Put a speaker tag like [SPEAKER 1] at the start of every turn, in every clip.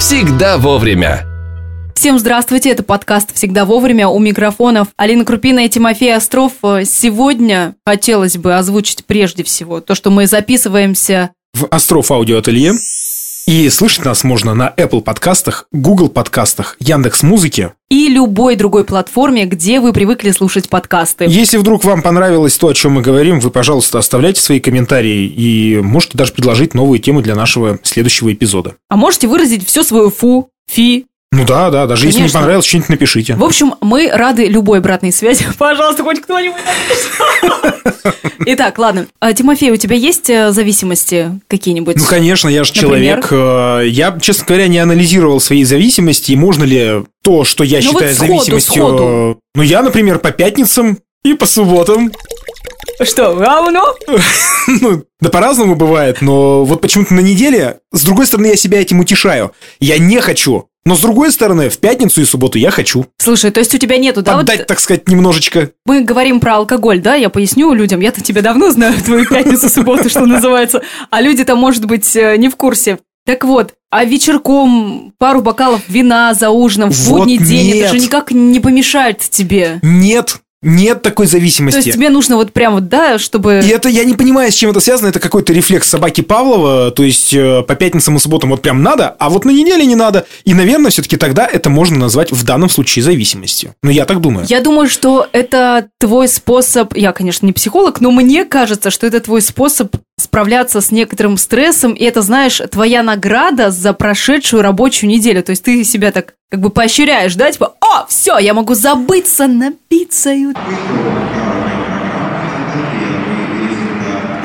[SPEAKER 1] всегда вовремя.
[SPEAKER 2] Всем здравствуйте, это подкаст «Всегда вовремя» у микрофонов Алина Крупина и Тимофей Остров. Сегодня хотелось бы озвучить прежде всего то, что мы записываемся...
[SPEAKER 3] В Остров Аудиоателье. И слышать нас можно на Apple подкастах, Google подкастах, Яндекс Музыке.
[SPEAKER 2] И любой другой платформе, где вы привыкли слушать подкасты.
[SPEAKER 3] Если вдруг вам понравилось то, о чем мы говорим, вы, пожалуйста, оставляйте свои комментарии и можете даже предложить новые темы для нашего следующего эпизода.
[SPEAKER 2] А можете выразить все свое фу, фи,
[SPEAKER 3] Ну да, да, даже если
[SPEAKER 2] Конечно.
[SPEAKER 3] не понравилось, что-нибудь напишите.
[SPEAKER 2] В общем, мы рады любой обратной связи. Пожалуйста, хоть кто-нибудь напишет. Итак, ладно. А, Тимофей, у тебя есть э, зависимости какие-нибудь?
[SPEAKER 3] Ну, конечно, я же
[SPEAKER 2] Например?
[SPEAKER 3] человек. э, Я, честно говоря, не анализировал свои зависимости, и можно ли то, что я
[SPEAKER 2] Ну, вот
[SPEAKER 3] считаю
[SPEAKER 2] сходу,
[SPEAKER 3] зависимостью...
[SPEAKER 2] сходу.
[SPEAKER 3] Ну, я, например, по пятницам и по субботам.
[SPEAKER 2] Что, а, равно?
[SPEAKER 3] Ну, да по-разному бывает, но вот почему-то на неделе, с другой стороны, я себя этим утешаю. Я не хочу. Но с другой стороны, в пятницу и субботу я хочу.
[SPEAKER 2] Слушай, то есть у тебя нету, да? вот э,
[SPEAKER 3] Поддать, так сказать, немножечко.
[SPEAKER 2] Мы говорим про алкоголь, да? Я поясню людям. Я-то тебя давно знаю, твою пятницу, субботу, что называется. А люди-то, может быть, э, не в курсе. Так вот, а вечерком пару бокалов вина за ужином в
[SPEAKER 3] Вот
[SPEAKER 2] будний день, это
[SPEAKER 3] нет.
[SPEAKER 2] же никак не помешает тебе.
[SPEAKER 3] Нет, нет такой
[SPEAKER 2] То есть
[SPEAKER 3] зависимости.
[SPEAKER 2] тебе нужно вот прям вот, да, чтобы...
[SPEAKER 3] И это я не понимаю, с чем это связано. Это какой-то рефлекс собаки Павлова. То есть э, по пятницам и субботам вот прям надо, а вот на неделе не надо. И, наверное, все-таки тогда это можно назвать в данном случае зависимостью. Ну, я так думаю.
[SPEAKER 2] Я думаю, что это твой способ, я, конечно, не психолог, но мне кажется, что это твой способ справляться с некоторым стрессом, и это, знаешь, твоя награда за прошедшую рабочую неделю. То есть ты себя так как бы поощряешь, да, типа, о, все, я могу забыться, напиться. и вот».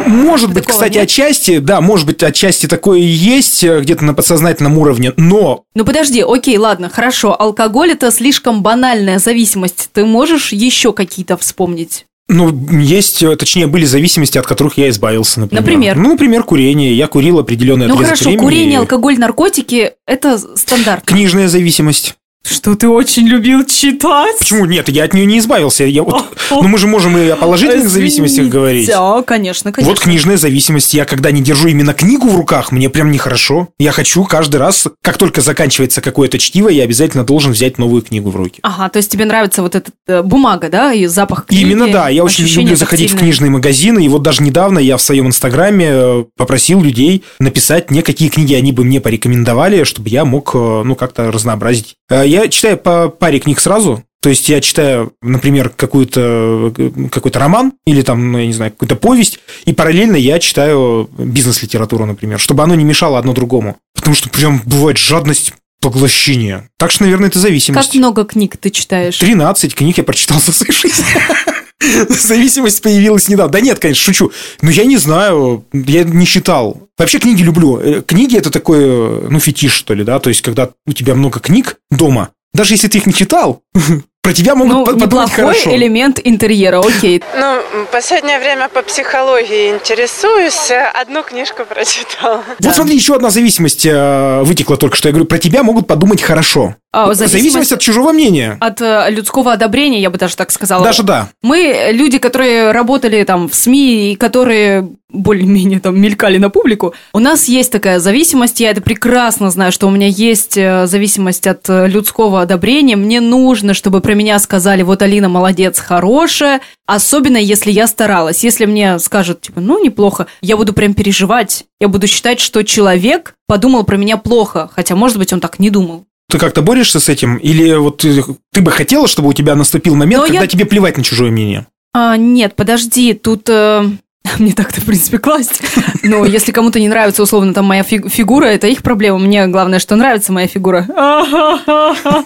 [SPEAKER 3] Может быть,
[SPEAKER 2] Такого
[SPEAKER 3] кстати,
[SPEAKER 2] нет?
[SPEAKER 3] отчасти, да, может быть, отчасти такое и есть э, где-то на подсознательном уровне, но
[SPEAKER 2] Ну подожди, окей, ладно, хорошо, алкоголь это слишком банальная зависимость. Ты можешь еще какие-то вспомнить?
[SPEAKER 3] Ну, есть, э, точнее, были зависимости, от которых я избавился, например.
[SPEAKER 2] Например?
[SPEAKER 3] Ну, например, курение. Я курил определенный
[SPEAKER 2] ну
[SPEAKER 3] отрезок
[SPEAKER 2] хорошо,
[SPEAKER 3] времени.
[SPEAKER 2] курение, алкоголь, наркотики – это стандарт.
[SPEAKER 3] Книжная зависимость.
[SPEAKER 2] Что ты очень любил читать?
[SPEAKER 3] Почему нет? Я от нее не избавился. Я вот...
[SPEAKER 2] О,
[SPEAKER 3] Ну, мы же можем и о положительных
[SPEAKER 2] извините.
[SPEAKER 3] зависимостях говорить.
[SPEAKER 2] Да, конечно, конечно.
[SPEAKER 3] Вот книжная зависимость. Я когда не держу именно книгу в руках, мне прям нехорошо. Я хочу каждый раз, как только заканчивается какое-то чтиво, я обязательно должен взять новую книгу в руки.
[SPEAKER 2] Ага, то есть тебе нравится вот эта э, бумага, да, и запах книги?
[SPEAKER 3] Именно, да. Я очень
[SPEAKER 2] ощущение
[SPEAKER 3] люблю заходить в
[SPEAKER 2] тактильное.
[SPEAKER 3] книжные магазины. И вот даже недавно я в своем инстаграме э, попросил людей написать мне, какие книги они бы мне порекомендовали, чтобы я мог, э, ну, как-то разнообразить. Э, Я читаю по паре книг сразу. То есть я читаю, например, какую-то, э, какой-то роман или там, ну, я не знаю, какую-то повесть, и параллельно я читаю бизнес-литературу, например, чтобы оно не мешало одно другому. Потому что прям бывает жадность поглощения. Так что, наверное, это зависимость.
[SPEAKER 2] Как много книг ты читаешь?
[SPEAKER 3] 13 книг я прочитал за свою жизнь. Зависимость появилась недавно. Да нет, конечно, шучу. Но я не знаю, я не считал. Вообще книги люблю. Э, Книги – это такой, э, ну, фетиш, что ли, да? То есть, когда у тебя много книг дома, даже если ты их не читал, про тебя могут
[SPEAKER 2] Ну,
[SPEAKER 3] по- подумать
[SPEAKER 2] неплохой
[SPEAKER 3] хорошо.
[SPEAKER 2] элемент интерьера, окей.
[SPEAKER 4] Ну, м, последнее время по психологии интересуюсь. Э, Одну книжку прочитала.
[SPEAKER 3] Вот смотри, еще одна зависимость э, вытекла только что. Я говорю, про тебя могут подумать хорошо.
[SPEAKER 2] А,
[SPEAKER 3] Зависимость от чужого мнения.
[SPEAKER 2] от э, людского одобрения, я бы даже так сказала.
[SPEAKER 3] Даже да.
[SPEAKER 2] Мы, люди, которые работали там в СМИ и которые более-менее там мелькали на публику, у нас есть такая зависимость, я это прекрасно знаю, что у меня есть э, зависимость от э, людского одобрения, мне нужно, чтобы про меня сказали, вот Алина молодец, хорошая, особенно если я старалась, если мне скажут, типа, ну, неплохо, я буду прям переживать, я буду считать, что человек подумал про меня плохо, хотя, может быть, он так не думал.
[SPEAKER 3] Ты как-то борешься с этим? Или вот ты, ты бы хотела, чтобы у тебя наступил момент,
[SPEAKER 2] Но Ну, я-
[SPEAKER 3] когда тебе плевать на чужое мнение?
[SPEAKER 2] А, нет, подожди, тут... э, Мне так-то, в принципе, класть. Но если кому-то не нравится, условно, там моя фиг- фигура, это их проблема. Мне главное, что нравится моя фигура.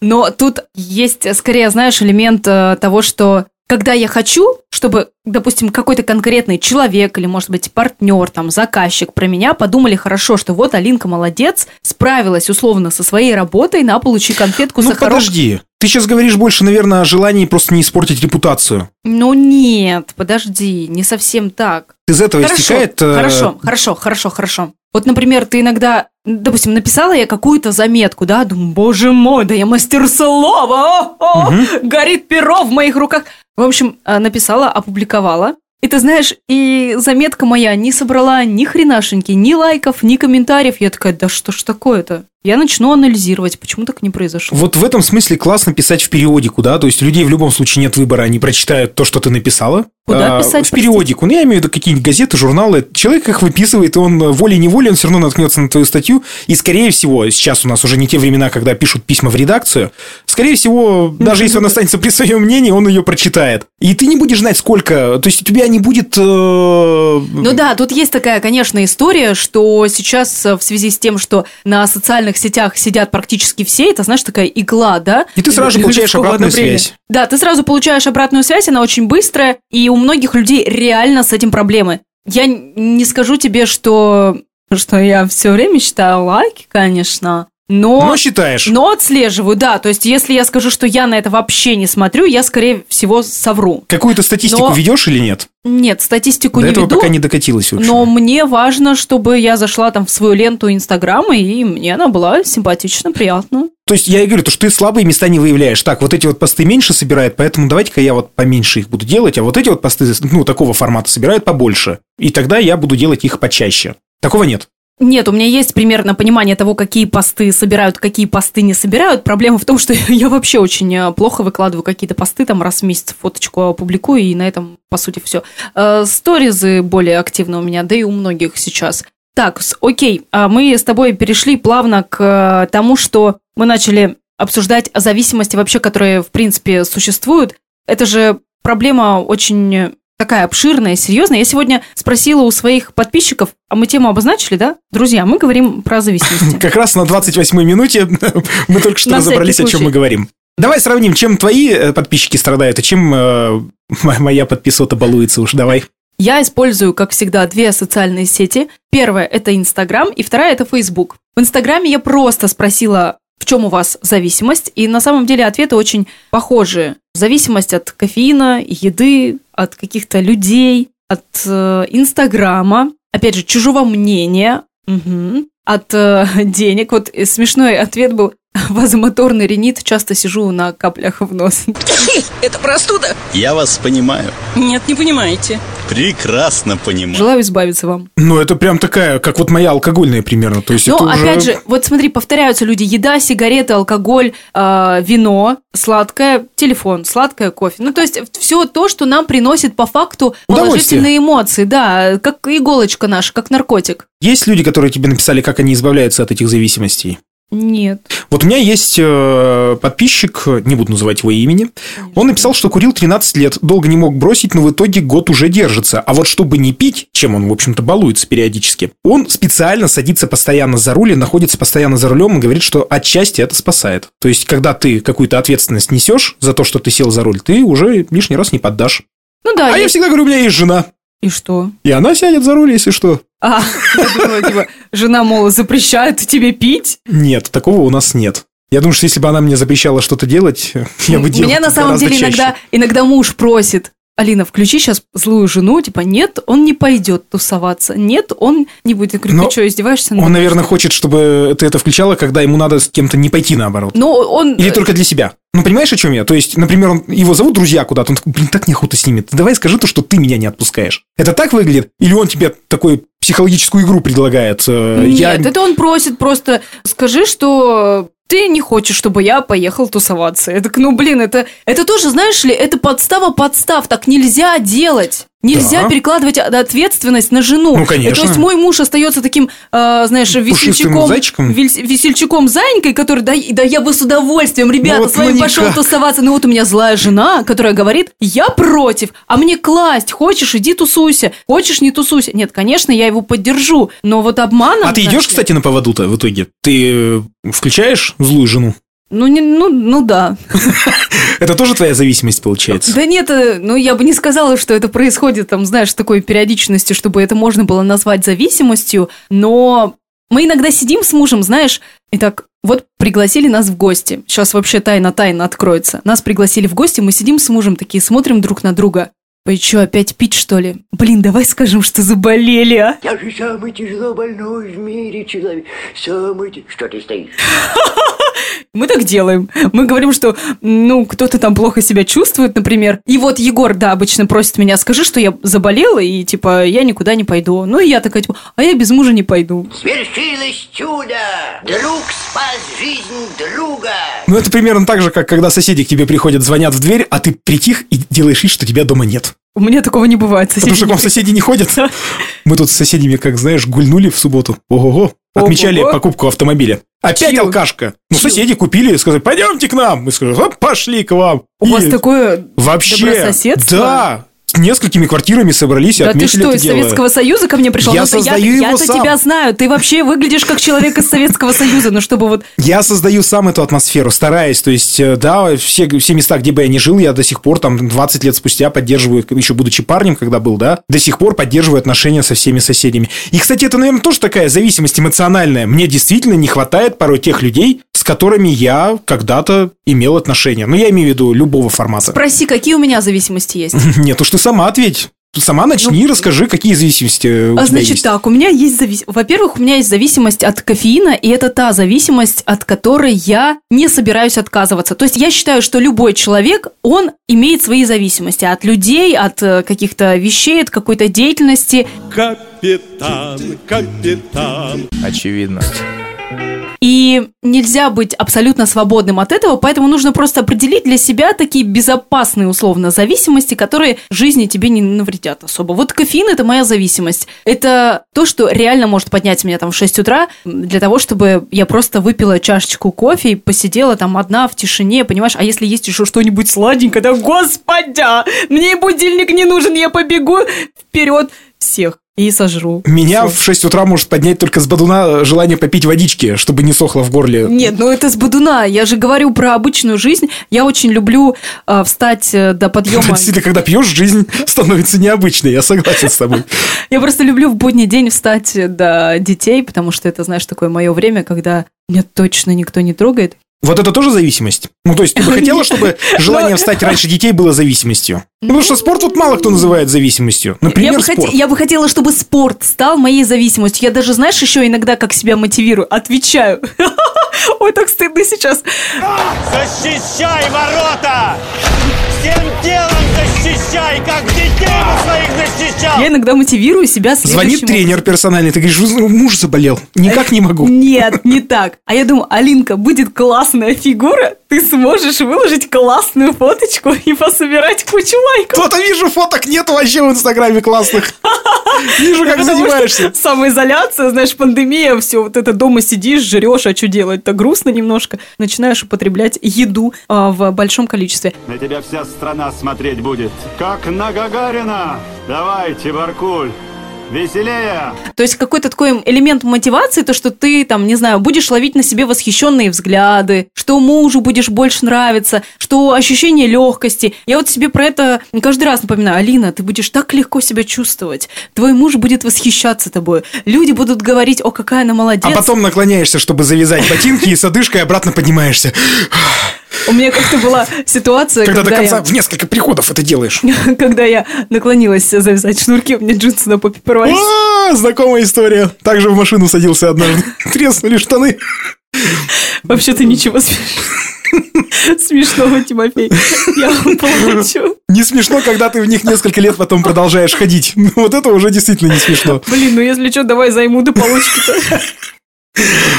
[SPEAKER 2] Но тут есть, скорее, знаешь, элемент э, того, что когда я хочу, чтобы, допустим, какой-то конкретный человек или, может быть, партнер, там, заказчик про меня подумали хорошо, что вот Алинка молодец, справилась условно со своей работой, на, получи конфетку,
[SPEAKER 3] Ну
[SPEAKER 2] сахарок.
[SPEAKER 3] подожди, ты сейчас говоришь больше, наверное, о желании просто не испортить репутацию.
[SPEAKER 2] Ну нет, подожди, не совсем так.
[SPEAKER 3] Из этого истекает... э,
[SPEAKER 2] хорошо, хорошо, хорошо, хорошо. Вот, например, ты иногда, допустим, написала я какую-то заметку, да, думаю, боже мой, да я мастер слова, о, о,
[SPEAKER 3] Мгм.
[SPEAKER 2] горит перо в моих руках. В общем, э, написала, опубликовала, И ты знаешь, и заметка моя не собрала ни хренашеньки, ни лайков, ни комментариев. Я такая, да что ж такое-то? Я начну анализировать, почему так не произошло.
[SPEAKER 3] Вот в этом смысле классно писать в периодику, да, то есть людей в любом случае нет выбора, они прочитают то, что ты написала. А,
[SPEAKER 2] Куда писать,
[SPEAKER 3] В периодику, ну я имею в виду какие-нибудь газеты, журналы. Человек их выписывает, и он э, волей-неволей, он все равно наткнется на твою статью, и скорее всего, сейчас у нас уже не те времена, когда пишут письма в редакцию, скорее всего,
[SPEAKER 2] Ну,
[SPEAKER 3] даже если он останется при своем мнении, он ее прочитает. И ты не будешь знать, сколько, то есть у тебя не будет... э,
[SPEAKER 2] Ну да, тут есть такая, конечно, история, что сейчас э, в связи с тем, что на социальных сетях сидят практически все, это, знаешь, такая игла, да?
[SPEAKER 3] И ты сразу же получаешь
[SPEAKER 2] Людского
[SPEAKER 3] обратную
[SPEAKER 2] одобрения.
[SPEAKER 3] связь.
[SPEAKER 2] Да, ты сразу получаешь обратную связь, она очень быстрая, и у многих людей реально с этим проблемы. Я н- не скажу тебе, что, что я все время считаю лайки, конечно,
[SPEAKER 3] Но считаешь.
[SPEAKER 2] но отслеживаю, да. То есть, если я скажу, что я на это вообще не смотрю, я, скорее всего, совру.
[SPEAKER 3] Какую-то статистику
[SPEAKER 2] Но-
[SPEAKER 3] ведешь или нет?
[SPEAKER 2] Нет, статистику
[SPEAKER 3] До
[SPEAKER 2] не
[SPEAKER 3] этого
[SPEAKER 2] веду.
[SPEAKER 3] пока не докатилась вообще.
[SPEAKER 2] Но мне важно, чтобы я зашла там в свою ленту Инстаграма, и мне она была симпатична, приятна.
[SPEAKER 3] То есть я и говорю, то, что ты слабые места не выявляешь. Так, вот эти вот посты меньше собирает, поэтому давайте-ка я вот поменьше их буду делать, а вот эти вот посты, ну, такого формата собирают побольше. И тогда я буду делать их почаще. Такого нет.
[SPEAKER 2] Нет, у меня есть примерно понимание того, какие посты собирают, какие посты не собирают. Проблема в том, что я вообще очень э, плохо выкладываю какие-то посты, там раз в месяц фоточку э, публикую, и на этом, по сути, все. Э, Сторизы более активно у меня, да и у многих сейчас. Так, с- окей, а мы с тобой перешли плавно к э, тому, что мы начали обсуждать о зависимости вообще, которые, в принципе, существуют. Это же проблема очень такая обширная, серьезная. Я сегодня спросила у своих подписчиков, а мы тему обозначили, да? Друзья, мы говорим про зависимости.
[SPEAKER 3] Как раз на 28-й минуте мы только что
[SPEAKER 2] На всякий
[SPEAKER 3] разобрались, о чем
[SPEAKER 2] случай.
[SPEAKER 3] мы говорим. Давай сравним, чем твои э, подписчики страдают, а чем э, моя подписота балуется уж, давай.
[SPEAKER 2] Я использую, как всегда, две социальные сети. Первая – это Инстаграм, и вторая – это Фейсбук. В Инстаграме я просто спросила, в чем у вас зависимость, и на самом деле ответы очень похожие. Зависимость от кофеина, еды, от каких-то людей, от э, Инстаграма, опять же, чужого мнения, мгм, от э, денег. Вот э, смешной ответ был «Вазомоторный ринит, часто сижу на каплях в нос».
[SPEAKER 1] Это простуда?
[SPEAKER 5] Я вас понимаю.
[SPEAKER 1] Нет, не понимаете.
[SPEAKER 5] Прекрасно понимаю.
[SPEAKER 2] Желаю избавиться вам.
[SPEAKER 3] Ну, это прям такая, как вот моя алкогольная примерно. То есть
[SPEAKER 2] Но
[SPEAKER 3] это уже-
[SPEAKER 2] Ну, опять же, вот смотри, повторяются люди: еда, сигареты, алкоголь, э, вино, сладкое, телефон, сладкое кофе. Ну, то есть, все то, что нам приносит по факту
[SPEAKER 3] Удовольствие.
[SPEAKER 2] положительные эмоции, да, как иголочка наша, как наркотик.
[SPEAKER 3] Есть люди, которые тебе написали, как они избавляются от этих зависимостей?
[SPEAKER 2] Нет.
[SPEAKER 3] Вот у меня есть э, подписчик, э, не буду называть его имени. Он написал, что курил 13 лет, долго не мог бросить, но в итоге год уже держится. А вот чтобы не пить, чем он, в общем-то, балуется периодически, он специально садится постоянно за руль и находится постоянно за рулем и говорит, что отчасти это спасает. То есть, когда ты какую-то ответственность несешь за то, что ты сел за руль, ты уже лишний раз не поддашь.
[SPEAKER 2] Ну да,
[SPEAKER 3] А, я
[SPEAKER 2] есть-
[SPEAKER 3] всегда говорю, у меня есть жена.
[SPEAKER 2] и что?
[SPEAKER 3] И она сядет за руль, если что.
[SPEAKER 2] А, я думала, типа, жена, мол, запрещает тебе пить.
[SPEAKER 3] Нет, такого у нас нет. Я думаю, что если бы она мне запрещала что-то делать, я бы
[SPEAKER 2] У
[SPEAKER 3] делал
[SPEAKER 2] меня на
[SPEAKER 3] это
[SPEAKER 2] самом
[SPEAKER 3] гораздо
[SPEAKER 2] деле
[SPEAKER 3] чаще.
[SPEAKER 2] иногда, иногда муж просит. Алина, включи сейчас злую жену, типа, нет, он не пойдет тусоваться, нет, он не будет. Я говорю,
[SPEAKER 3] Но
[SPEAKER 2] ты что, издеваешься?
[SPEAKER 3] Он, наверное, хочет, чтобы ты это включала, когда ему надо с кем-то не пойти наоборот.
[SPEAKER 2] Но он...
[SPEAKER 3] Или только для себя. Ну, понимаешь, о чем я? То есть, например, он, его зовут друзья куда-то, он такой, блин, так неохота с ними. Ты Давай скажи то, что ты меня не отпускаешь. Это так выглядит? Или он тебе такую психологическую игру предлагает? э,
[SPEAKER 2] Нет,
[SPEAKER 3] я...
[SPEAKER 2] это он просит просто скажи, что ты не хочешь, чтобы я поехал тусоваться. Я так, ну блин, это, это тоже, знаешь ли, это подстава подстав. Так нельзя делать. Нельзя
[SPEAKER 3] Да.
[SPEAKER 2] перекладывать от- ответственность на жену.
[SPEAKER 3] Ну, конечно.
[SPEAKER 2] Э, То есть мой муж остается таким, э, знаешь, весельчаком,
[SPEAKER 3] зайчиком.
[SPEAKER 2] вельс- весельчаком заинькой, который, да, да я бы с удовольствием, ребята,
[SPEAKER 3] вот
[SPEAKER 2] с вами
[SPEAKER 3] ну
[SPEAKER 2] пошел
[SPEAKER 3] никак.
[SPEAKER 2] тусоваться. Ну вот у меня злая жена, которая говорит, я против, а мне класть, хочешь, иди тусуйся, хочешь, не тусуйся. Нет, конечно, я его поддержу, но вот обманом...
[SPEAKER 3] А ты
[SPEAKER 2] знаешь
[SPEAKER 3] идешь,
[SPEAKER 2] ли-
[SPEAKER 3] кстати, на поводу-то в итоге? Ты э, включаешь злую жену?
[SPEAKER 2] Ну, не, ну, ну да.
[SPEAKER 3] Это тоже твоя зависимость получается?
[SPEAKER 2] Да нет, э, ну я бы не сказала, что это происходит, там, знаешь, с такой периодичностью, чтобы это можно было назвать зависимостью, но мы иногда сидим с мужем, знаешь, и так, вот пригласили нас в гости. Сейчас вообще тайна-тайна откроется. Нас пригласили в гости, мы сидим с мужем такие, смотрим друг на друга. Вы что, опять пить, что ли? Блин, давай скажем, что заболели, а?
[SPEAKER 6] Я же самый тяжело больной в мире человек. Самый... тя- Что ты стоишь?
[SPEAKER 2] Мы так делаем. Мы говорим, что, ну, кто-то там плохо себя чувствует, например. И вот Егор, да, обычно просит меня, скажи, что я заболела, и, типа, я никуда не пойду. Ну, и я такая, типа, а я без мужа не пойду.
[SPEAKER 6] Свершилось чудо! Друг спас жизнь друга!
[SPEAKER 3] Ну, это примерно так же, как когда соседи к тебе приходят, звонят в дверь, а ты притих и делаешь вид, что тебя дома нет.
[SPEAKER 2] У меня такого не бывает.
[SPEAKER 3] Потому
[SPEAKER 2] Соседи
[SPEAKER 3] что к вам
[SPEAKER 2] не
[SPEAKER 3] соседи не ходят. Мы тут с соседями, как знаешь, гульнули в субботу. Ого-го. Отмечали
[SPEAKER 2] Ого-го.
[SPEAKER 3] покупку автомобиля. Опять
[SPEAKER 2] Чью?
[SPEAKER 3] алкашка. Ну,
[SPEAKER 2] Чью?
[SPEAKER 3] соседи купили и сказали, пойдемте к нам. Мы сказали, «А, пошли к вам.
[SPEAKER 2] при- У вас
[SPEAKER 3] И
[SPEAKER 2] такое...
[SPEAKER 3] Вообще.
[SPEAKER 2] добрососедство?
[SPEAKER 3] Да. С несколькими квартирами собрались и
[SPEAKER 2] Да ты
[SPEAKER 3] отметили
[SPEAKER 2] что,
[SPEAKER 3] это
[SPEAKER 2] из
[SPEAKER 3] дело.
[SPEAKER 2] Советского Союза ко мне пришел?
[SPEAKER 3] Я
[SPEAKER 2] Ну, это
[SPEAKER 3] создаю его
[SPEAKER 2] Я-то
[SPEAKER 3] сам.
[SPEAKER 2] тебя знаю. Ты вообще выглядишь как человек из Советского Союза. Ну, чтобы вот...
[SPEAKER 3] Я создаю сам эту атмосферу, стараюсь. То есть, э, да, все, все места, где бы я ни жил, я до сих пор, там, 20 лет спустя поддерживаю, еще будучи парнем, когда был, да, до сих пор поддерживаю отношения со всеми соседями. И, кстати, это, наверное, тоже такая зависимость эмоциональная. Мне действительно не хватает порой тех людей, с которыми я когда-то имел отношения. Ну, я имею в виду любого формата.
[SPEAKER 2] Проси, какие у меня зависимости есть?
[SPEAKER 3] Нет, уж ты сама ответь. Сама начни, расскажи, какие зависимости э, у тебя
[SPEAKER 2] Ну, А значит
[SPEAKER 3] есть.
[SPEAKER 2] так, у меня есть зависимость. Во-первых, у меня есть зависимость от кофеина, и это та зависимость, от которой я не собираюсь отказываться. То есть я считаю, что любой человек, он имеет свои зависимости от людей, от э, каких-то вещей, от какой-то деятельности.
[SPEAKER 7] Капитан, капитан.
[SPEAKER 8] Очевидно.
[SPEAKER 2] И нельзя быть абсолютно свободным от этого, поэтому нужно просто определить для себя такие безопасные, условно, зависимости, которые жизни тебе не навредят особо. Вот кофеин – это моя зависимость. Это то, что реально может поднять меня там в 6 утра для того, чтобы я просто выпила чашечку кофе и посидела там одна в тишине, понимаешь? А если есть еще что-нибудь сладенькое, да господи, а! мне и будильник не нужен, я побегу вперед всех и сожру.
[SPEAKER 3] Меня
[SPEAKER 2] Всё.
[SPEAKER 3] в 6 утра может поднять только с бадуна желание попить водички, чтобы не сохло в горле.
[SPEAKER 2] Нет, ну это с Будуна. Я же говорю про обычную жизнь. Я очень люблю э, встать э, до подъема.
[SPEAKER 3] Действительно, когда пьешь, жизнь становится необычной, я согласен с тобой.
[SPEAKER 2] Я просто люблю в будний день встать э, до детей, потому что это, знаешь, такое мое время, когда меня точно никто не трогает.
[SPEAKER 3] Вот это тоже зависимость? Ну, то есть, ты бы хотела, чтобы желание
[SPEAKER 2] Ну,
[SPEAKER 3] встать раньше детей было зависимостью? Ну, потому что спорт вот мало кто называет зависимостью.
[SPEAKER 2] я,
[SPEAKER 3] Например,
[SPEAKER 2] бы хоте-
[SPEAKER 3] спорт.
[SPEAKER 2] я бы хотела, чтобы спорт стал моей зависимостью. Я даже, знаешь, еще иногда как себя мотивирую. Отвечаю. Ой, так стыдно сейчас.
[SPEAKER 7] Защищай ворота! Всем телом защищай, как детей бы своих защищал!
[SPEAKER 2] Я иногда мотивирую себя
[SPEAKER 3] Звонит
[SPEAKER 2] следующим
[SPEAKER 3] тренер персональный, ты говоришь, «Ну, муж заболел, никак не могу.
[SPEAKER 2] Нет, не так. А я думаю, Алинка, будет классная фигура, ты сможешь выложить классную фоточку и пособирать кучу лайков.
[SPEAKER 3] Вот, а вижу, фоток нет вообще в Инстаграме классных. Вижу, как
[SPEAKER 2] Потому что
[SPEAKER 3] занимаешься. А
[SPEAKER 2] самоизоляция, знаешь, пандемия, все, вот это дома сидишь, жрешь, а что делать? то грустно немножко. Начинаешь употреблять еду а, в большом количестве.
[SPEAKER 7] На тебя вся страна смотреть будет, как на Гагарина! Давайте, Баркуль, веселее!
[SPEAKER 2] То есть какой-то такой элемент мотивации, то, что ты, там, не знаю, будешь ловить на себе восхищенные взгляды, что мужу будешь больше нравиться, что ощущение легкости. Я вот себе про это каждый раз напоминаю. Алина, ты будешь так легко себя чувствовать. Твой муж будет восхищаться тобой. Люди будут говорить, о, какая она молодец.
[SPEAKER 3] А потом наклоняешься, чтобы завязать ботинки, и с одышкой обратно поднимаешься.
[SPEAKER 2] У меня как-то была ситуация,
[SPEAKER 3] Когда
[SPEAKER 2] когда,
[SPEAKER 3] до конца
[SPEAKER 2] я...
[SPEAKER 3] в несколько приходов это делаешь.
[SPEAKER 2] Когда я наклонилась завязать шнурки, у меня джинсы на попе порвались.
[SPEAKER 3] А, Знакомая история. Также в машину садился однажды. Треснули штаны.
[SPEAKER 2] Вообще-то ничего смеш- смешного, Тимофей. Я получу.
[SPEAKER 3] Не смешно, когда ты в них несколько лет потом продолжаешь ходить. Ну, Вот это уже действительно не смешно.
[SPEAKER 2] Блин, ну если что, давай займу до получки-то.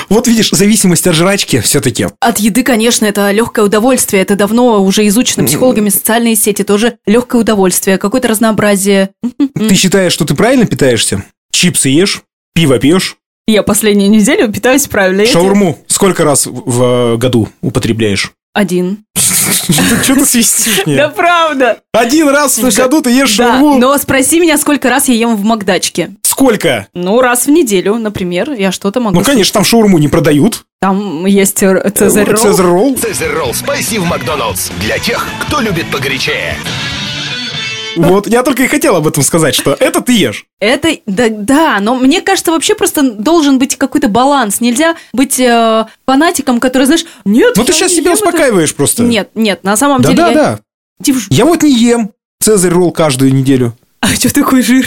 [SPEAKER 3] Вот видишь, зависимость от жрачки все-таки.
[SPEAKER 2] От еды, конечно, это легкое удовольствие. Это давно уже изучено психологами. Социальные сети тоже легкое удовольствие, какое-то разнообразие.
[SPEAKER 3] Ты считаешь, что ты правильно питаешься? Чипсы ешь, пиво пьешь,
[SPEAKER 2] Я последнюю неделю питаюсь правильно. Я
[SPEAKER 3] шаурму сколько раз в э, году употребляешь?
[SPEAKER 2] тебе- Один.
[SPEAKER 3] Что ты свистишь
[SPEAKER 2] Да
[SPEAKER 3] мне?
[SPEAKER 2] правда.
[SPEAKER 3] Один раз в
[SPEAKER 2] Слушай,
[SPEAKER 3] году ты ешь
[SPEAKER 2] Да,
[SPEAKER 3] шаурму.
[SPEAKER 2] но спроси меня, сколько раз я ем в Макдачке.
[SPEAKER 3] Сколько?
[SPEAKER 2] Ну, раз в неделю, например, я что-то могу.
[SPEAKER 3] Ну, конечно, там шаурму не продают.
[SPEAKER 2] Там есть э, Цезарь Ролл.
[SPEAKER 3] Цезарь ролл.
[SPEAKER 6] Цезарь Ролл Спайси в Макдоналдс. Для тех, кто любит погорячее.
[SPEAKER 3] Вот, я только и хотел об этом сказать, что это ты ешь.
[SPEAKER 2] Это, да, да, но мне кажется, вообще просто должен быть какой-то баланс. Нельзя быть э, фанатиком, который, знаешь, нет,
[SPEAKER 3] Ну, ты
[SPEAKER 2] я
[SPEAKER 3] сейчас
[SPEAKER 2] не
[SPEAKER 3] себя
[SPEAKER 2] ем это».
[SPEAKER 3] успокаиваешь просто.
[SPEAKER 2] Нет, нет, на самом
[SPEAKER 3] Да,
[SPEAKER 2] деле
[SPEAKER 3] да,
[SPEAKER 2] я...
[SPEAKER 3] да.
[SPEAKER 2] Иди в ж-
[SPEAKER 3] Я вот не ем Цезарь ролл каждую неделю.
[SPEAKER 2] А что такой жир?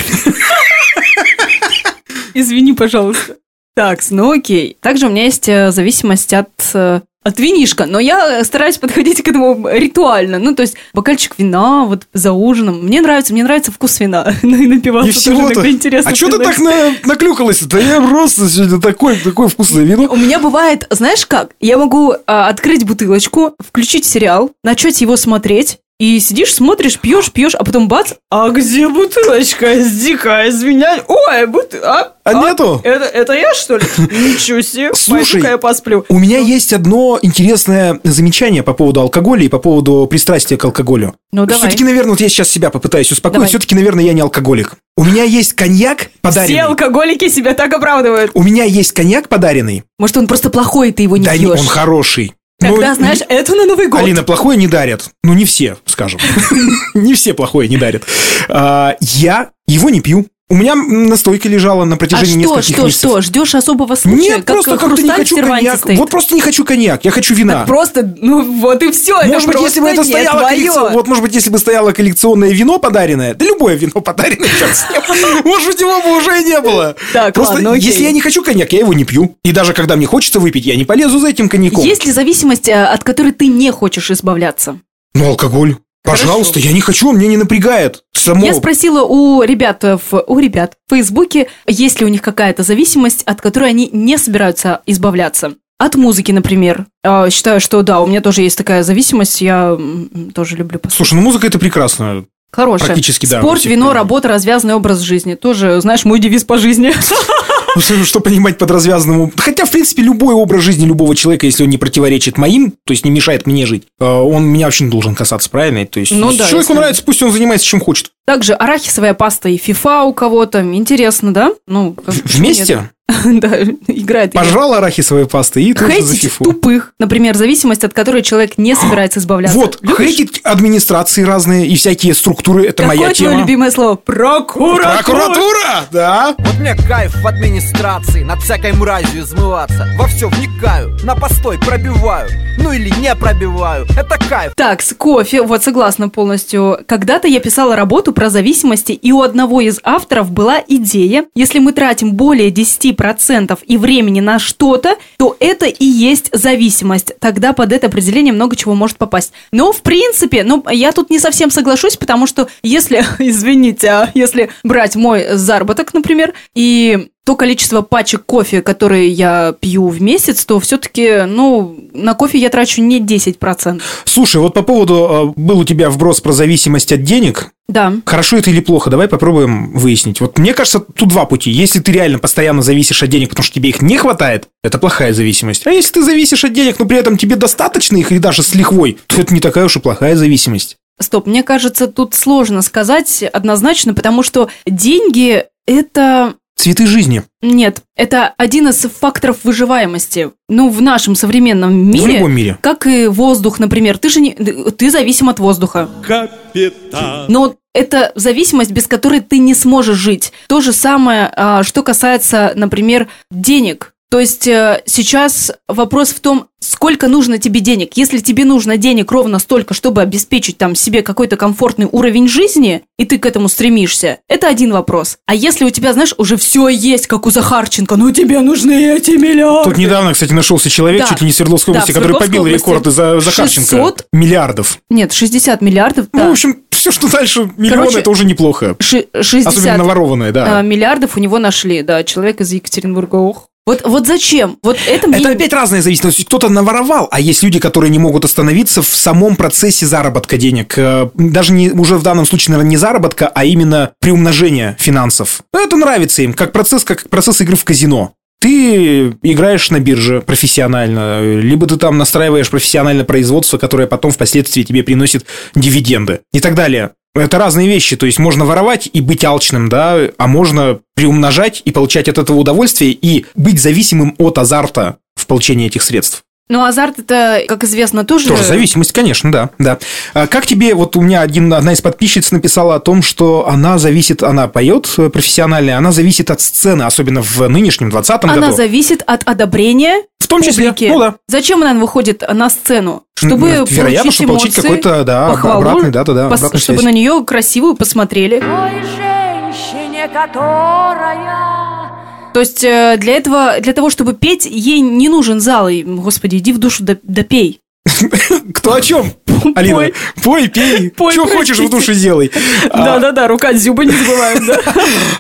[SPEAKER 2] Извини, пожалуйста. Так, ну окей. Также у меня есть э, зависимость от э, от винишка, но я э, стараюсь подходить к этому ритуально. Ну, то есть, бокальчик вина вот за ужином. Мне нравится, мне нравится вкус вина. Ну, и напиваться
[SPEAKER 3] И
[SPEAKER 2] тоже иногда интересно.
[SPEAKER 3] А что ты так на- наклюкалась-то? Я просто сегодня такое, такое вкусное вино.
[SPEAKER 2] У меня бывает, знаешь как, я могу а, открыть бутылочку, включить сериал, начать его смотреть, и сидишь, смотришь, пьешь, пьешь, а потом бац, а где бутылочка? Дико, извиняюсь. Ой, бут... а,
[SPEAKER 3] А нету?
[SPEAKER 2] Это, это я, что ли? Ничего себе.
[SPEAKER 3] Слушай,
[SPEAKER 2] Пойду-ка я посплю. Ну.
[SPEAKER 3] У меня есть одно интересное замечание по поводу алкоголя и по поводу пристрастия к алкоголю.
[SPEAKER 2] Ну, давай.
[SPEAKER 3] Все-таки, наверное, вот я сейчас себя попытаюсь успокоить.
[SPEAKER 2] Давай.
[SPEAKER 3] Все-таки, наверное, я не алкоголик. У меня есть коньяк подаренный.
[SPEAKER 2] Все алкоголики себя так оправдывают.
[SPEAKER 3] У меня есть коньяк подаренный.
[SPEAKER 2] Может, он просто плохой, и ты его не
[SPEAKER 3] да не,
[SPEAKER 2] пьешь.
[SPEAKER 3] он хороший. Ну,
[SPEAKER 2] Тогда,
[SPEAKER 3] Но-
[SPEAKER 2] знаешь, это на Новый год.
[SPEAKER 3] Алина, плохое не дарят. Ну, не все, скажем. Не все плохое не дарят. А, Я его не пью. У меня м, настойка лежала на
[SPEAKER 2] а
[SPEAKER 3] протяжении
[SPEAKER 2] что,
[SPEAKER 3] нескольких
[SPEAKER 2] что,
[SPEAKER 3] месяцев.
[SPEAKER 2] что, ждешь особого случая?
[SPEAKER 3] Нет, просто
[SPEAKER 2] э,
[SPEAKER 3] как-то не
[SPEAKER 2] хрусталь в
[SPEAKER 3] хочу
[SPEAKER 2] серванте
[SPEAKER 3] коньяк.
[SPEAKER 2] стоит?
[SPEAKER 3] Вот просто не хочу коньяк, я хочу вина.
[SPEAKER 2] Просто, ну вот и все.
[SPEAKER 3] Может быть, если бы это стояло коллекци- вот, может быть, если бы стояло коллекционное вино подаренное, да любое вино подаренное сейчас, может быть, его бы уже и не было.
[SPEAKER 2] Так,
[SPEAKER 3] Просто
[SPEAKER 2] ладно, окей.
[SPEAKER 3] если я не хочу коньяк, я его не пью. И даже когда мне хочется выпить, я не полезу за этим коньяком.
[SPEAKER 2] Есть ли зависимость, э, от которой ты не хочешь избавляться?
[SPEAKER 3] Ну, алкоголь. Пожалуйста, я не хочу, он меня не напрягает. Само.
[SPEAKER 2] Я спросила у ребят э, в, у ребят в Фейсбуке, есть ли у них какая-то зависимость, от которой они не собираются избавляться. От музыки, например. А, считаю, что да, у меня тоже есть такая зависимость, я м, тоже люблю послушать.
[SPEAKER 3] Слушай, ну музыка это прекрасно.
[SPEAKER 2] Хорошая.
[SPEAKER 3] практически, да, у
[SPEAKER 2] Спорт,
[SPEAKER 3] всех
[SPEAKER 2] вино,
[SPEAKER 3] примерно.
[SPEAKER 2] работа, развязанный образ жизни. Тоже, знаешь, мой девиз по жизни.
[SPEAKER 3] Ну, Что что понимать под развязанным? Хотя, в принципе, любой образ жизни любого человека, если он не противоречит моим, то есть не мешает мне жить, э, он меня вообще не должен касаться, правильно? То есть
[SPEAKER 2] Ну
[SPEAKER 3] если
[SPEAKER 2] да,
[SPEAKER 3] человеку
[SPEAKER 2] если-
[SPEAKER 3] нравится, пусть он занимается чем хочет.
[SPEAKER 2] Также арахисовая паста и фифа у кого-то. Интересно, да? Ну, как-
[SPEAKER 3] В- Вместе?
[SPEAKER 2] Да, играет.
[SPEAKER 3] Пожрал арахисовые пасты и тоже за
[SPEAKER 2] Хейтить
[SPEAKER 3] фифу.
[SPEAKER 2] тупых, например, зависимость, от которой человек не собирается избавляться.
[SPEAKER 3] Вот,
[SPEAKER 2] Любишь?
[SPEAKER 3] хейтить администрации разные и всякие структуры, это
[SPEAKER 2] Какое
[SPEAKER 3] моя
[SPEAKER 2] твое
[SPEAKER 3] тема.
[SPEAKER 2] любимое слово? Прокуратура.
[SPEAKER 3] Прокуратура! Да.
[SPEAKER 8] Вот мне кайф в администрации Над всякой мразью измываться Во все вникаю, на постой пробиваю Ну или не пробиваю, это кайф
[SPEAKER 2] Так, с кофе, вот согласна полностью. Когда-то я писала работу про зависимости, и у одного из авторов была идея, если мы тратим более 10% и времени на что-то, то это и есть зависимость. Тогда под это определение много чего может попасть. Но, в принципе, ну, я тут не совсем соглашусь, потому что если, извините, а если брать мой заработок, например, и то количество пачек кофе, которые я пью в месяц, то все-таки, ну, на кофе я трачу не 10%.
[SPEAKER 3] Слушай, вот по поводу, э, был у тебя вброс про зависимость от денег,
[SPEAKER 2] Да.
[SPEAKER 3] Хорошо это или плохо, давай попробуем выяснить. Вот мне кажется, тут два пути. Если ты реально постоянно зависишь от денег, потому что тебе их не хватает, это плохая зависимость. А если ты зависишь от денег, но при этом тебе достаточно их или даже с лихвой, то это не такая уж и плохая зависимость.
[SPEAKER 2] Стоп, мне кажется, тут сложно сказать однозначно, потому что деньги это...
[SPEAKER 3] Цветы жизни.
[SPEAKER 2] Нет, это один из факторов выживаемости. Ну, в нашем современном мире...
[SPEAKER 3] В любом мире.
[SPEAKER 2] Как и воздух, например. Ты же не... Ты зависим от воздуха.
[SPEAKER 9] Капитан.
[SPEAKER 2] Но это зависимость, без которой ты не сможешь жить. То же самое, а, что касается, например, денег. То есть э, сейчас вопрос в том, сколько нужно тебе денег. Если тебе нужно денег ровно столько, чтобы обеспечить там себе какой-то комфортный уровень жизни, и ты к этому стремишься, это один вопрос. А если у тебя, знаешь, уже все есть, как у Захарченко, ну тебе нужны эти миллиарды.
[SPEAKER 3] Тут недавно, кстати, нашелся человек,
[SPEAKER 2] Да.
[SPEAKER 3] чуть ли не в Свердловской
[SPEAKER 2] Да,
[SPEAKER 3] области,
[SPEAKER 2] в
[SPEAKER 3] который
[SPEAKER 2] Свердловской
[SPEAKER 3] побил
[SPEAKER 2] области.
[SPEAKER 3] рекорды за Захарченко.
[SPEAKER 2] 600?
[SPEAKER 3] Миллиардов.
[SPEAKER 2] Нет, 60 миллиардов, да.
[SPEAKER 3] Ну, в общем, все, что дальше миллиона,
[SPEAKER 2] Короче,
[SPEAKER 3] это уже неплохо.
[SPEAKER 2] Ши- 60
[SPEAKER 3] Особенно наворованное, да.
[SPEAKER 2] а, миллиардов у него нашли, да, человек из Екатеринбурга. Ох. Вот, вот зачем? Вот это мне...
[SPEAKER 3] Это опять разная зависимость. То есть Кто-то наворовал, а есть люди, которые не могут остановиться в самом процессе заработка денег. Э, Даже не, уже в данном случае, наверное, не заработка, а именно приумножение финансов. Ну, Это нравится им, как процесс, как процесс игры в казино. Ты играешь на бирже профессионально, э, либо ты там настраиваешь профессиональное производство, которое потом впоследствии тебе приносит дивиденды и так далее. Это разные вещи, то есть можно воровать и быть алчным, да, а можно приумножать и получать от этого удовольствие и быть зависимым от азарта в получении этих средств.
[SPEAKER 2] Ну, азарт это, как известно, тоже...
[SPEAKER 3] Тоже зависимость, конечно, да, да. А как тебе, вот у меня один, одна из подписчиц написала о том, что она зависит, она поет профессионально, она зависит от сцены, особенно в нынешнем 20
[SPEAKER 2] Она
[SPEAKER 3] году.
[SPEAKER 2] зависит от одобрения.
[SPEAKER 3] В том числе,
[SPEAKER 2] публики.
[SPEAKER 3] ну да.
[SPEAKER 2] Зачем она выходит на сцену? Чтобы
[SPEAKER 3] М, Вероятно,
[SPEAKER 2] получить
[SPEAKER 3] чтобы получить
[SPEAKER 2] эмоции,
[SPEAKER 3] какой-то, да,
[SPEAKER 2] похвалу,
[SPEAKER 3] обратный, да, да, да,
[SPEAKER 2] пос-
[SPEAKER 3] обратную
[SPEAKER 2] чтобы
[SPEAKER 3] связь.
[SPEAKER 2] на нее красивую посмотрели.
[SPEAKER 10] Той женщине, которая
[SPEAKER 2] То есть э, для этого, для того, чтобы петь, ей не нужен зал. И, господи, иди в душу, да, да пей.
[SPEAKER 3] Кто о чем? Алина, пой, пей,
[SPEAKER 2] Пой,
[SPEAKER 3] что хочешь в душе делай. А,
[SPEAKER 2] Да-да-да, рука зюба не забываем, да.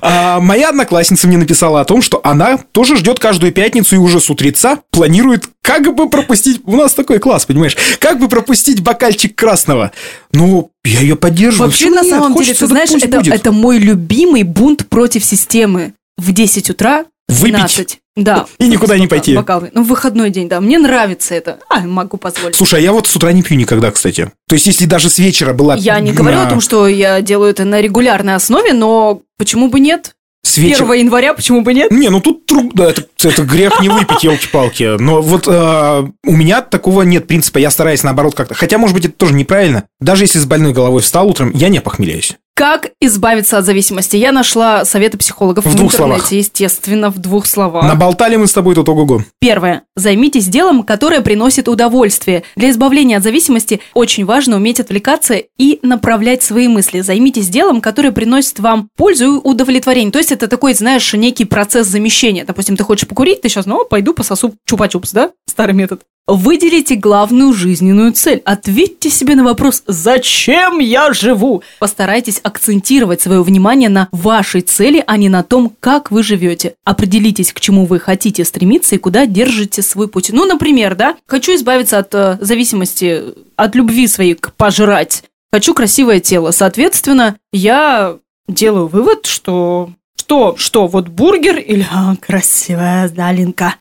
[SPEAKER 3] А, моя одноклассница мне написала о том, что она тоже ждет каждую пятницу и уже с утреца планирует как бы пропустить... У нас такой класс, понимаешь? Как бы пропустить бокальчик красного? Ну, я ее поддерживаю.
[SPEAKER 2] Вообще,
[SPEAKER 3] Всё
[SPEAKER 2] на
[SPEAKER 3] нет,
[SPEAKER 2] самом деле,
[SPEAKER 3] хочется,
[SPEAKER 2] ты
[SPEAKER 3] да
[SPEAKER 2] знаешь,
[SPEAKER 3] пусть
[SPEAKER 2] это,
[SPEAKER 3] будет.
[SPEAKER 2] это мой любимый бунт против системы. В 10 утра в
[SPEAKER 3] Выпить.
[SPEAKER 2] 12. Да.
[SPEAKER 3] И никуда не
[SPEAKER 2] Бокалы.
[SPEAKER 3] пойти.
[SPEAKER 2] Бокалы. Ну, в выходной день, да. Мне нравится это. А, могу позволить.
[SPEAKER 3] Слушай, а я вот с утра не пью никогда, кстати. То есть, если даже с вечера была...
[SPEAKER 2] Я не говорю
[SPEAKER 3] на-
[SPEAKER 2] о том, что я делаю это на регулярной основе, но почему бы нет?
[SPEAKER 3] С
[SPEAKER 2] 1
[SPEAKER 3] вечера...
[SPEAKER 2] января почему бы нет?
[SPEAKER 3] Не, ну тут тру- да, это, это грех не выпить, елки-палки. Но вот э, у меня такого нет принципа. Я стараюсь наоборот как-то. Хотя, может быть, это тоже неправильно. Даже если с больной головой встал утром, я не похмеляюсь.
[SPEAKER 2] Как избавиться от зависимости? Я нашла советы психологов
[SPEAKER 3] В
[SPEAKER 2] в
[SPEAKER 3] двух
[SPEAKER 2] интернете,
[SPEAKER 3] словах.
[SPEAKER 2] естественно, в двух словах.
[SPEAKER 3] Наболтали мы с тобой тут ого-го.
[SPEAKER 2] Первое. Займитесь делом, которое приносит удовольствие. Для избавления от зависимости очень важно уметь отвлекаться и направлять свои мысли. Займитесь делом, которое приносит вам пользу и удовлетворение. То есть это такой, знаешь, некий процесс замещения. Допустим, ты хочешь покурить, ты сейчас, ну, пойду пососу чупа-чупс, да? Старый метод. Выделите главную жизненную цель. Ответьте себе на вопрос «Зачем я живу?». Постарайтесь акцентировать свое внимание на вашей цели, а не на том, как вы живете. Определитесь, к чему вы хотите стремиться и куда держите свой путь. Ну, например, да, хочу избавиться от э, зависимости, от любви своей к пожрать. Хочу красивое тело. Соответственно, я делаю вывод, что... Что? Что? Вот бургер или а, красивая Далинка?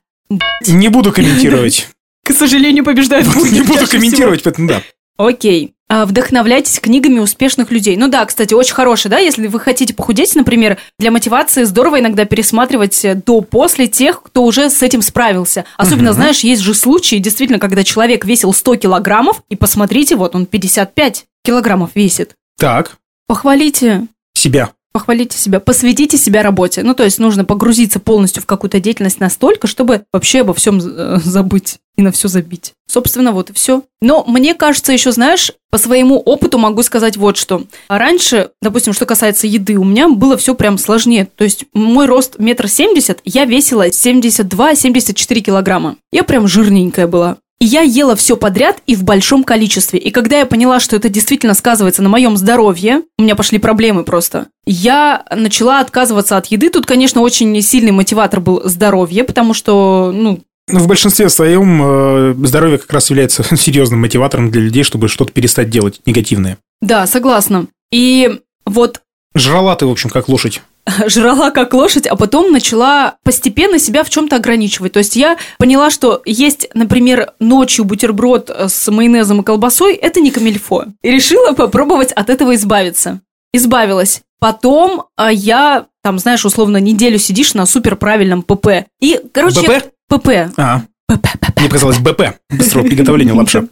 [SPEAKER 3] Не буду комментировать.
[SPEAKER 2] К сожалению, побеждает бургер
[SPEAKER 3] Ну, Не буду
[SPEAKER 2] чаще всего.
[SPEAKER 3] комментировать, поэтому да.
[SPEAKER 2] Окей. А, Вдохновляйтесь книгами успешных людей. Ну да, кстати, очень хороший, да, если вы хотите похудеть, например, для мотивации здорово иногда пересматривать э, до-после тех, кто уже с этим справился. Особенно, знаешь, есть же случаи, действительно, когда человек весил 100 килограммов, и посмотрите, вот он 55 килограммов весит.
[SPEAKER 3] Так,
[SPEAKER 2] Похвалите,
[SPEAKER 3] себя.
[SPEAKER 2] похвалите себя, посвятите себя работе. Ну, то есть нужно погрузиться полностью в какую-то деятельность настолько, чтобы вообще обо всем э, забыть и на все забить. Собственно, вот и все. Но мне кажется, еще, знаешь, по своему опыту могу сказать вот что. А Раньше, допустим, что касается еды, у меня было все прям сложнее. То есть мой рост метр семьдесят, я весила 72-74 килограмма. Я прям жирненькая была. И я ела все подряд и в большом количестве. И когда я поняла, что это действительно сказывается на моем здоровье, у меня пошли проблемы просто. Я начала отказываться от еды. Тут, конечно, очень сильный мотиватор был здоровье, потому что, ну,
[SPEAKER 3] Ну, В большинстве своем э, здоровье как раз является серьезным мотиватором для людей, чтобы что-то перестать делать негативное.
[SPEAKER 2] да, согласна. И вот
[SPEAKER 3] Жрала ты, в общем, как лошадь.
[SPEAKER 2] жрала как лошадь, а потом начала постепенно себя в чем-то ограничивать. То есть я поняла, что есть, например, ночью бутерброд э, с майонезом и колбасой – это не камильфо. И решила попробовать от этого избавиться. Избавилась. Потом а, я, там, знаешь, условно, неделю сидишь на суперправильном ПП. И, короче... я-
[SPEAKER 3] БП?
[SPEAKER 2] ПП.
[SPEAKER 3] А,
[SPEAKER 2] ПП,
[SPEAKER 3] мне показалось, БП. Быстрого приготовления лапши.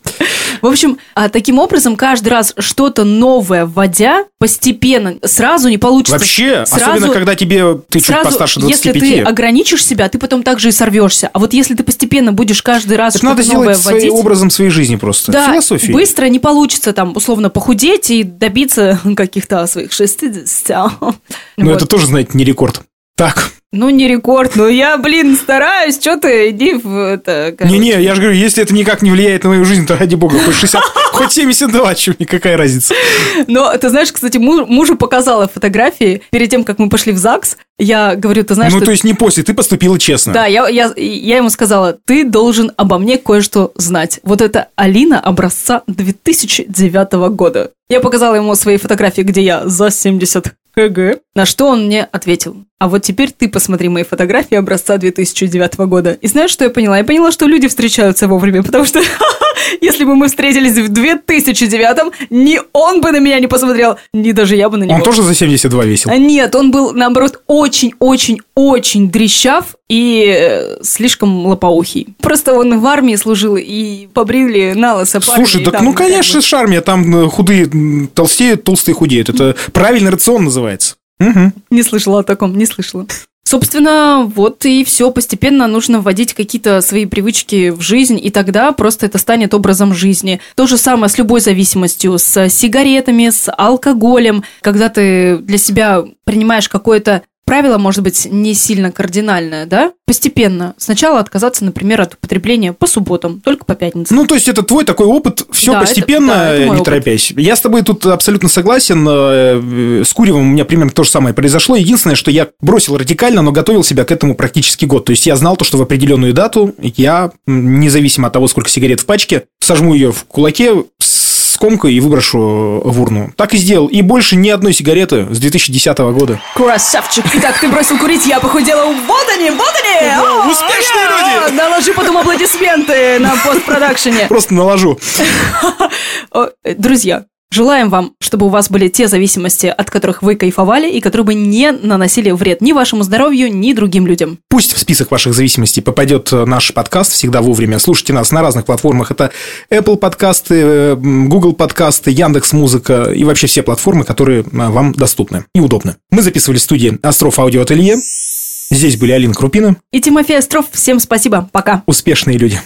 [SPEAKER 2] В общем, а, таким образом, каждый раз что-то новое вводя, постепенно, сразу не получится.
[SPEAKER 3] Вообще,
[SPEAKER 2] Сразу-
[SPEAKER 3] особенно когда тебе ты чуть
[SPEAKER 2] Сразу,
[SPEAKER 3] постарше
[SPEAKER 2] если ты
[SPEAKER 3] 25.
[SPEAKER 2] ограничишь себя, ты потом также и сорвешься. А вот если ты постепенно будешь каждый раз
[SPEAKER 3] Это
[SPEAKER 2] что-то
[SPEAKER 3] надо
[SPEAKER 2] новое
[SPEAKER 3] сделать своим
[SPEAKER 2] вводить,
[SPEAKER 3] образом своей жизни просто.
[SPEAKER 2] да,
[SPEAKER 3] Философией.
[SPEAKER 2] быстро не получится там условно похудеть и добиться каких-то своих 60.
[SPEAKER 3] Но
[SPEAKER 2] Вот.
[SPEAKER 3] Ну, это тоже, знаете, не рекорд. Так.
[SPEAKER 2] Ну, не рекорд, но я, блин, стараюсь, что ты, иди в это... короче.
[SPEAKER 3] Не-не, я же говорю, если это никак не влияет на мою жизнь, то ради бога, хоть 60, хоть 72, чё мне, какая разница.
[SPEAKER 2] Но, ты знаешь, кстати, му- мужу показала фотографии перед тем, как мы пошли в ЗАГС. Я говорю, ты знаешь,
[SPEAKER 3] ну,
[SPEAKER 2] что
[SPEAKER 3] то есть не после, ты поступила честно.
[SPEAKER 2] Да, я, я, я ему сказала, ты должен обо мне кое-что знать. Вот это Алина образца 2009 года. Я показала ему свои фотографии, где я за 70 кг, на что он мне ответил. А вот теперь ты посмотри мои фотографии образца 2009 года. И знаешь, что я поняла? Я поняла, что люди встречаются вовремя, потому что если бы мы встретились в 2009, ни он бы на меня не посмотрел, ни даже я бы на него.
[SPEAKER 3] Он тоже за 72 весил.
[SPEAKER 2] А Нет, он был, наоборот, очень-очень-очень дрищав и э, слишком лопоухий. Просто он в армии служил и побрили на лысо парня,
[SPEAKER 3] Слушай,
[SPEAKER 2] и
[SPEAKER 3] так
[SPEAKER 2] там
[SPEAKER 3] ну
[SPEAKER 2] как
[SPEAKER 3] конечно,
[SPEAKER 2] бы-
[SPEAKER 3] шармия, там э, худые м, толстеют, толстые худеют. Это правильный рацион называется. Мгм.
[SPEAKER 2] Не слышала о таком, не слышала. Собственно, вот и все. Постепенно нужно вводить какие-то свои привычки в жизнь, и тогда просто это станет образом жизни. То же самое с любой зависимостью, с сигаретами, с алкоголем. Когда ты для себя принимаешь какое-то правило может быть не сильно кардинальное, да? Постепенно. Сначала отказаться, например, от употребления по субботам, только по пятницам.
[SPEAKER 3] Ну, то есть это твой такой опыт, все
[SPEAKER 2] Да, это-
[SPEAKER 3] постепенно,
[SPEAKER 2] да, это мой
[SPEAKER 3] не
[SPEAKER 2] опыт.
[SPEAKER 3] торопясь. Я с тобой тут абсолютно согласен. э, С Куревым у меня примерно то же самое произошло. Единственное, что я бросил радикально, но готовил себя к этому практически год. То есть я знал то, что в определенную дату я, м, независимо от того, сколько сигарет в пачке, сожму ее в кулаке, скомкаю и выброшу в урну. Так и сделал. И больше ни одной сигареты с 2010 года.
[SPEAKER 2] Красавчик! Итак, ты бросил курить, я похудела. Вот они, вот они! О,
[SPEAKER 3] успешные
[SPEAKER 2] я!
[SPEAKER 3] люди!
[SPEAKER 2] Наложи потом аплодисменты на постпродакшене.
[SPEAKER 3] Просто наложу.
[SPEAKER 2] О, э, Друзья, желаем вам, чтобы у вас были те зависимости, от которых вы кайфовали и которые бы не наносили вред ни вашему здоровью, ни другим людям.
[SPEAKER 3] Пусть в список ваших зависимостей попадет э, наш подкаст всегда вовремя. Слушайте нас на разных платформах. Это Apple подкасты, э, м, Google подкасты, Яндекс Музыка и вообще все платформы, которые э, вам доступны и удобны. Мы записывали в студии Остров Аудио Ателье. Здесь были Алина Крупина,
[SPEAKER 2] И Тимофей Остров, всем спасибо, пока.
[SPEAKER 3] успешные люди.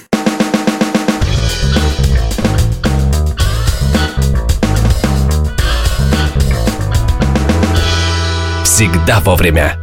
[SPEAKER 6] Всегда вовремя.